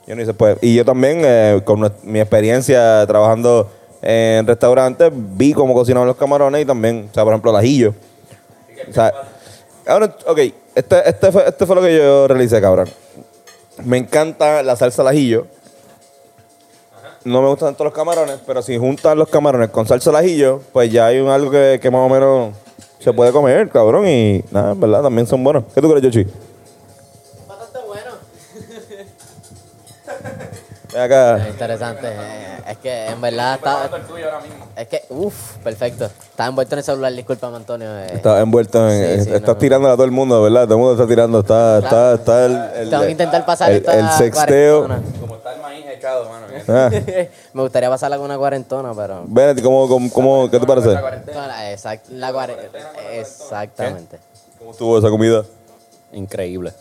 [SPEAKER 2] Yo no hice pues. Y yo también, eh, con nues- mi experiencia trabajando en restaurantes, vi cómo cocinaban los camarones y también, o sea, por ejemplo, el ajillo. O sea, ahora, ok, este, este, fue, este fue lo que yo realicé, cabrón. Me encanta la salsa al ajillo. No me gustan tanto los camarones, pero si juntan los camarones con salsa al ajillo, pues ya hay un algo que, que más o menos se puede comer, cabrón. Y nada, en verdad, también son buenos. ¿Qué tú crees, Yoshi?
[SPEAKER 4] Bastante bueno.
[SPEAKER 2] Ven acá.
[SPEAKER 4] Interesante. eh, Es que en verdad
[SPEAKER 1] Probando
[SPEAKER 4] está.
[SPEAKER 1] el tuyo ahora mismo.
[SPEAKER 4] Es que, uff, perfecto. Estaba envuelto en el celular, discúlpame, Antonio. eh.
[SPEAKER 2] Estás envuelto en.
[SPEAKER 4] Sí, sí,
[SPEAKER 2] estás
[SPEAKER 4] no, no.
[SPEAKER 2] tirando a todo el mundo, ¿verdad? Todo el mundo está tirando. Está, está, está el, el-
[SPEAKER 4] Tengo que intentar pasar
[SPEAKER 2] el,
[SPEAKER 4] esta
[SPEAKER 2] el sexteo.
[SPEAKER 4] cuarentona.
[SPEAKER 1] Como está el maíz echado, mano.
[SPEAKER 2] Ah,
[SPEAKER 4] Me gustaría pasarla con una cuarentona, pero.
[SPEAKER 2] Ven, ¿cómo, cómo, cómo, ¿qué te parece?
[SPEAKER 1] La cuarentena.
[SPEAKER 4] Exact- la cuare- Exactamente.
[SPEAKER 2] ¿Cómo estuvo esa comida?
[SPEAKER 3] Increíble.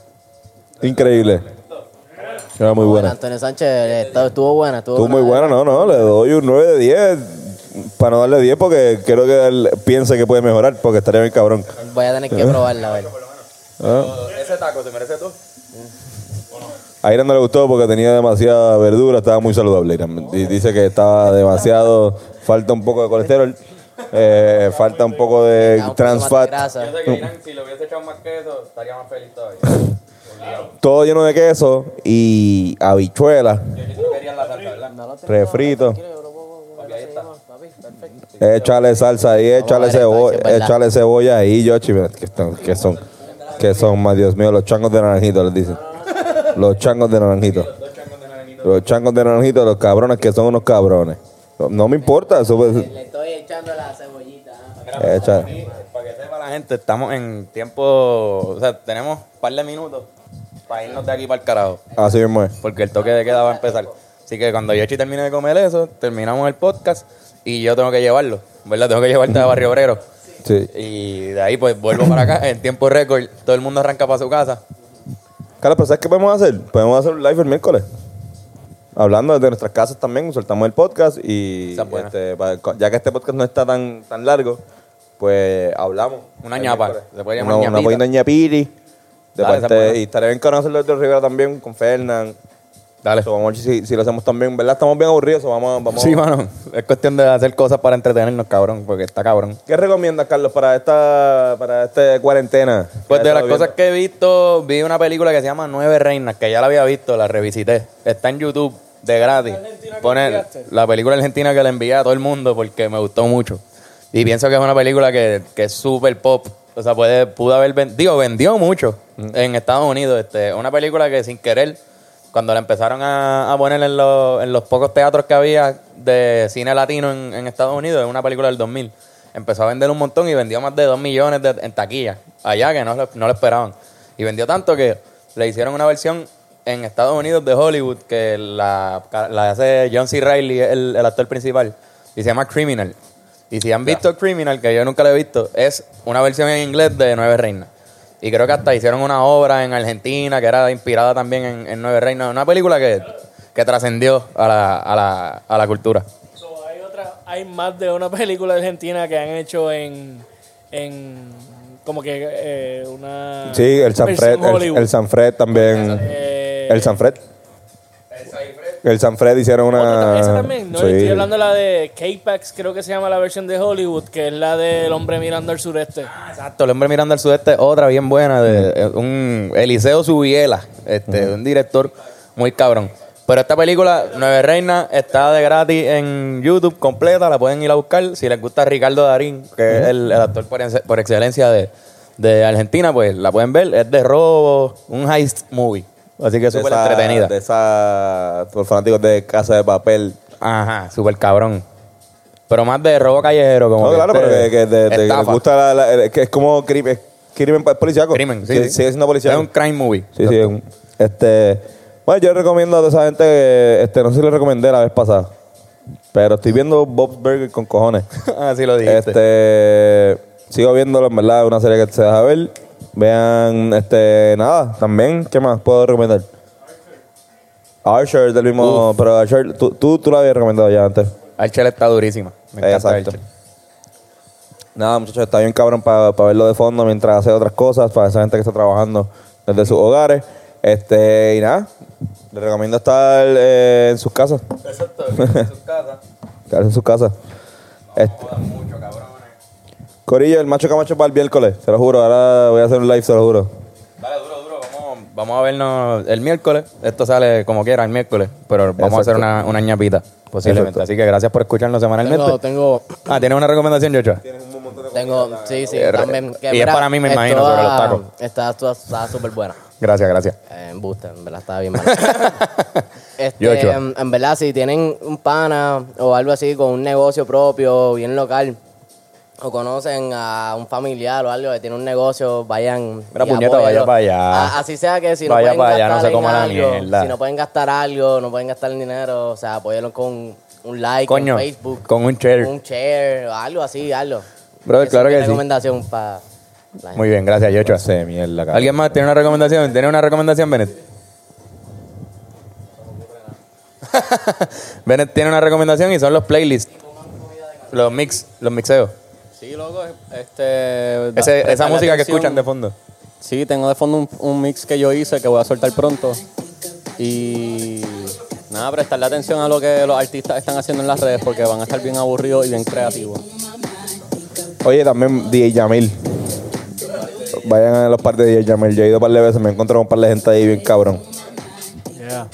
[SPEAKER 2] Increíble. Era muy
[SPEAKER 4] Bueno,
[SPEAKER 2] buena.
[SPEAKER 4] Antonio Sánchez eh, está- estuvo buena, estuvo
[SPEAKER 2] Estuvo muy buena, no, no. Le doy un 9 de 10. Para no darle 10 porque creo que él piensa que puede mejorar porque estaría bien cabrón.
[SPEAKER 4] Voy a tener que probarla, a ver.
[SPEAKER 2] Ah,
[SPEAKER 1] Ese taco se merece todo.
[SPEAKER 2] A Irán no le gustó porque tenía demasiada verdura, estaba muy saludable. Irán. Di- Dice que estaba demasiado, falta un poco de colesterol, eh, falta un poco de
[SPEAKER 4] Da un poco
[SPEAKER 2] trans
[SPEAKER 4] más de
[SPEAKER 2] fat,
[SPEAKER 4] grasa.
[SPEAKER 1] Yo sé que Irán, si le hubiese echado más queso, estaría más feliz todavía. Obligado.
[SPEAKER 2] todo lleno de queso y habichuelas,
[SPEAKER 1] Yo no quería la salsa, ¿verdad?
[SPEAKER 2] refrito.
[SPEAKER 1] Porque ahí está.
[SPEAKER 2] Échale salsa ahí, échale
[SPEAKER 4] ver esto,
[SPEAKER 2] cebolla,
[SPEAKER 4] si es verdad.
[SPEAKER 2] échale cebolla ahí, Yochi, mira, que, están- que son, que son, más Dios mío, los changos de naranjito, les dicen. Los changos de naranjito. Los changos de naranjito, los cabrones que son unos cabrones. No, no me importa, eso puede-
[SPEAKER 4] Le estoy echando la cebollita. ¿ah?
[SPEAKER 2] échale.
[SPEAKER 1] Para que sepa la gente, estamos en tiempo. O sea, tenemos un par de minutos para irnos de aquí para el carajo.
[SPEAKER 2] Así mismo es.
[SPEAKER 1] Porque el toque de queda va a empezar. Así que cuando Yoshi termine de comer eso, terminamos el podcast y yo tengo que llevarlo, ¿verdad? Tengo que llevarte a Barrio Obrero.
[SPEAKER 2] Sí.
[SPEAKER 1] Y de ahí, pues vuelvo para acá en tiempo récord. Todo el mundo arranca para su casa.
[SPEAKER 2] Carlos, pero ¿sabes qué podemos hacer? Podemos hacer un live el miércoles. Hablando desde nuestras casas también, soltamos el podcast y
[SPEAKER 1] Esa es buena.
[SPEAKER 2] este, para- ya que este podcast no está tan, tan largo, pues hablamos.
[SPEAKER 1] Una
[SPEAKER 2] El
[SPEAKER 1] ñapa.
[SPEAKER 2] miércoles.
[SPEAKER 1] Se puede
[SPEAKER 2] una,
[SPEAKER 1] llamar
[SPEAKER 2] una
[SPEAKER 1] ñapita.
[SPEAKER 2] pequeña ñapiri. De
[SPEAKER 1] Dale, esa es
[SPEAKER 2] parte,
[SPEAKER 1] buena.
[SPEAKER 2] y estaré bien con nosotros de Rivera también, con Fernán.
[SPEAKER 1] Dale.
[SPEAKER 2] So, vamos a ver si, si lo hacemos también, ¿verdad? Estamos bien aburridos, so, vamos, vamos.
[SPEAKER 1] Sí, mano. Es cuestión de hacer cosas para entretenernos, cabrón, porque está cabrón.
[SPEAKER 2] ¿Qué recomiendas, Carlos, para esta, para esta cuarentena?
[SPEAKER 1] Pues
[SPEAKER 2] Ya
[SPEAKER 1] de las
[SPEAKER 2] estaba
[SPEAKER 1] cosas que he visto, vi una película que se llama Nueve Reinas, que ya la había visto, la revisité. Está en YouTube, de gratis.
[SPEAKER 5] Argentina que
[SPEAKER 1] Pone
[SPEAKER 5] enviaste?
[SPEAKER 1] la película argentina que la envié a todo el mundo porque me gustó mucho. Y pienso que es una película que, que es súper pop. O sea, puede, pudo haber vendido, vendió mucho en Estados Unidos. Este, una película que sin querer Cuando la empezaron a, a poner en, los- en los pocos teatros que había de cine latino en, en Estados Unidos, en una película del 2000, empezó a vender un montón y vendió más de 2 millones de- en taquilla. Allá que no, lo- no lo esperaban. Y vendió tanto que le hicieron una versión en Estados Unidos de Hollywood que la, la hace John C. Reilly, el, el actor principal, y se llama Criminal. Y si han visto Criminal, que yo nunca lo he visto, es una versión en inglés de Nueve Reinas. Y creo que hasta hicieron una obra en Argentina que era inspirada también en, en Nueve Reinas. Una película que, que trascendió a la, a, la, a la cultura.
[SPEAKER 5] So, hay, otra, hay más de una película argentina que han hecho en. en como que eh, una.
[SPEAKER 2] Sí, el Sanfred,
[SPEAKER 5] versión
[SPEAKER 2] el,
[SPEAKER 5] Hollywood.
[SPEAKER 2] el Sanfred también.
[SPEAKER 5] Eh,
[SPEAKER 2] El Sanfred. El Sanfred hicieron una.
[SPEAKER 5] Esa también, no
[SPEAKER 2] Ah, Sí.
[SPEAKER 5] estoy hablando de la de K-Pax, creo que se llama la versión de Hollywood, que es la del hombre mirando al sureste.
[SPEAKER 1] Ah, Exacto, el hombre mirando al sudeste, otra bien buena, de eh, un Eliseo Subiela, este, un director muy cabrón. Pero esta película, Nueve Reinas, está de gratis en YouTube completa, la pueden ir a buscar. Si les gusta Ricardo Darín, que es el, el actor por, ex- por excelencia de, de Argentina, pues la pueden ver. Es de robo, un heist movie. Así que
[SPEAKER 2] De
[SPEAKER 1] súper
[SPEAKER 2] esa-
[SPEAKER 1] entretenida.
[SPEAKER 2] De esa. Por fanáticos de Casa de Papel.
[SPEAKER 1] Ajá, súper cabrón. Pero más de robo callejero, como
[SPEAKER 2] No,
[SPEAKER 1] que
[SPEAKER 2] claro,
[SPEAKER 1] este,
[SPEAKER 2] pero que, que te- te- que les
[SPEAKER 1] estafa.
[SPEAKER 2] gusta la, la- el- que es como crimen, es crimen pa- policíaco.
[SPEAKER 1] Crimen, sí.
[SPEAKER 2] Que
[SPEAKER 1] sí.
[SPEAKER 2] Sigue siendo policíaco.
[SPEAKER 1] Es un crime movie.
[SPEAKER 2] Sí, sí. un- este, bueno, yo recomiendo a toda esa gente que, este, no sé si le recomendé la vez pasada, pero estoy viendo Bob's Burger con cojones.
[SPEAKER 1] Así lo dijiste.
[SPEAKER 2] este, sigo viéndolo, en verdad, es una serie que se deja ver. Vean, este, nada, también, ¿qué más puedo recomendar? Archer, del mismo, pero Archer, tú, tú, tú la habías recomendado ya antes.
[SPEAKER 1] Archel está durísima. Me encanta
[SPEAKER 2] Exacto.
[SPEAKER 1] Archel.
[SPEAKER 2] Nada, muchachos, está bien cabrón para verlo de fondo mientras hace otras cosas, para esa gente que está trabajando desde sus hogares. Este, y nada, les recomiendo estar eh, en sus casas.
[SPEAKER 1] Exacto, en sus casas.
[SPEAKER 2] Quedarse en sus casas. Este, Corillo, el macho camacho para el miércoles, se lo juro. Ahora voy a hacer un live, se lo juro.
[SPEAKER 1] Dale, duro, duro. Vamos, vamos a vernos el miércoles. Esto sale como quiera el miércoles, pero vamos a hacer
[SPEAKER 2] Exacto.
[SPEAKER 1] una, una ñapita posiblemente.
[SPEAKER 2] Exacto.
[SPEAKER 1] Así que gracias por escucharnos semanalmente.
[SPEAKER 4] Tengo, tengo,
[SPEAKER 1] Ah, ¿tienes una recomendación, Yochoa?
[SPEAKER 4] tengo, sí, sí,
[SPEAKER 1] Eh, re-
[SPEAKER 4] también. que
[SPEAKER 1] y es para mí, me imagino,
[SPEAKER 4] esto
[SPEAKER 1] sobre los
[SPEAKER 4] va-
[SPEAKER 1] tacos.
[SPEAKER 4] Está está- está súper buena.
[SPEAKER 1] Gracias, gracias.
[SPEAKER 4] Eh, Embuste, en verdad estaba bien mal.
[SPEAKER 1] Yo,
[SPEAKER 4] este,
[SPEAKER 1] Chua.
[SPEAKER 4] en, en verdad, si tienen un pana o algo así con un negocio propio, bien local, o conocen a un familiar o algo que tiene un negocio, vayan.
[SPEAKER 1] Mira,
[SPEAKER 4] y
[SPEAKER 1] puñeta, vaya
[SPEAKER 4] apóyenlo.
[SPEAKER 1] pa' allá.
[SPEAKER 4] A- así sea que si no
[SPEAKER 1] Vaya
[SPEAKER 4] pueden
[SPEAKER 1] pa' allá,
[SPEAKER 4] gastar
[SPEAKER 1] no se
[SPEAKER 4] en
[SPEAKER 1] coma la
[SPEAKER 4] algo,
[SPEAKER 1] mierda.
[SPEAKER 4] Si no pueden gastar algo, no pueden gastar dinero, o sea, apóyenlo con un like,
[SPEAKER 1] Coño,
[SPEAKER 4] un Facebook,
[SPEAKER 1] con un share.
[SPEAKER 4] un share, algo así, algo.
[SPEAKER 1] Brother,
[SPEAKER 4] Esa
[SPEAKER 1] claro
[SPEAKER 4] es mi
[SPEAKER 1] que sí.
[SPEAKER 4] recomendación para la gente.
[SPEAKER 1] Muy bien, gracias, Yochoa. ¿Alguien más tiene una recomendación? ¿Tiene una recomendación, Bennett? Bennett tiene una recomendación y son los playlists. Los mix, los mixeos.
[SPEAKER 3] Sí, loco, este... da-
[SPEAKER 1] Ese- esa
[SPEAKER 3] prestarle
[SPEAKER 1] música que
[SPEAKER 3] atención.
[SPEAKER 1] escuchan de fondo.
[SPEAKER 3] Sí, tengo de fondo un, un mix que yo hice que voy a soltar pronto. Y nada, prestarle atención a lo que los artistas están haciendo en las redes porque van a estar bien aburridos y bien creativos.
[SPEAKER 2] Oye, también DJ Yamil. Vayan a los par de DJ Yamil. Yo he ido un par de veces, me he encontrado un par de gente ahí bien cabrón.
[SPEAKER 5] Yeah.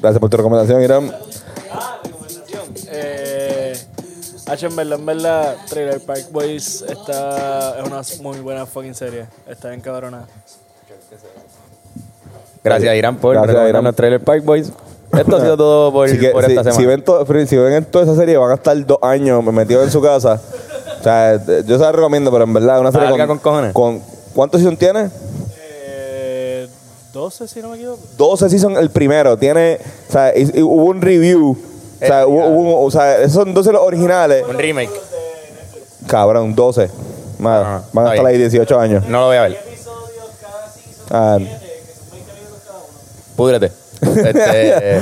[SPEAKER 2] Gracias por tu recomendación, Irán.
[SPEAKER 5] Eh, H, en verdad, en verdad, Trailer Park Boys está, es una muy buena fucking serie. Está bien cabrona.
[SPEAKER 1] Gracias, Irán, por
[SPEAKER 2] Gracias,
[SPEAKER 1] recomendarnos
[SPEAKER 2] Irán.
[SPEAKER 1] Trailer Park Boys. Esto ha sido todo por,
[SPEAKER 2] Si, que-
[SPEAKER 1] por
[SPEAKER 2] si-
[SPEAKER 1] esta
[SPEAKER 2] si
[SPEAKER 1] semana.
[SPEAKER 2] ven to- si ven en toda esa serie, van a estar dos años metidos en su casa. O sea, eh, yo se la recomiendo, pero en verdad, una serie
[SPEAKER 1] Larga con cojones.
[SPEAKER 2] con- ¿Cuántos season tiene?
[SPEAKER 5] Eh, 12, si no me equivoco.
[SPEAKER 2] 12 season el primero. Tiene, o sea, y- y hubo un review. O sea, hubo- hubo- o sea, esos son 12 los originales.
[SPEAKER 1] Un remake.
[SPEAKER 2] Cabrón, 12. Más,
[SPEAKER 1] Ah,
[SPEAKER 2] van a
[SPEAKER 1] está
[SPEAKER 2] estar ahí 18 años.
[SPEAKER 1] No lo voy a ver.
[SPEAKER 2] Ah,
[SPEAKER 1] Púdrete. Este, eh,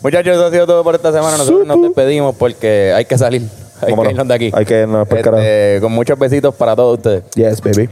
[SPEAKER 1] Muchachos, eso ha sido todo por esta semana. Nosotros nos despedimos porque hay que salir. Hay
[SPEAKER 2] Vámonos.
[SPEAKER 1] que irnos de aquí.
[SPEAKER 2] Hay que irnos por
[SPEAKER 1] Este, Con muchos besitos para todos ustedes.
[SPEAKER 2] yes, baby.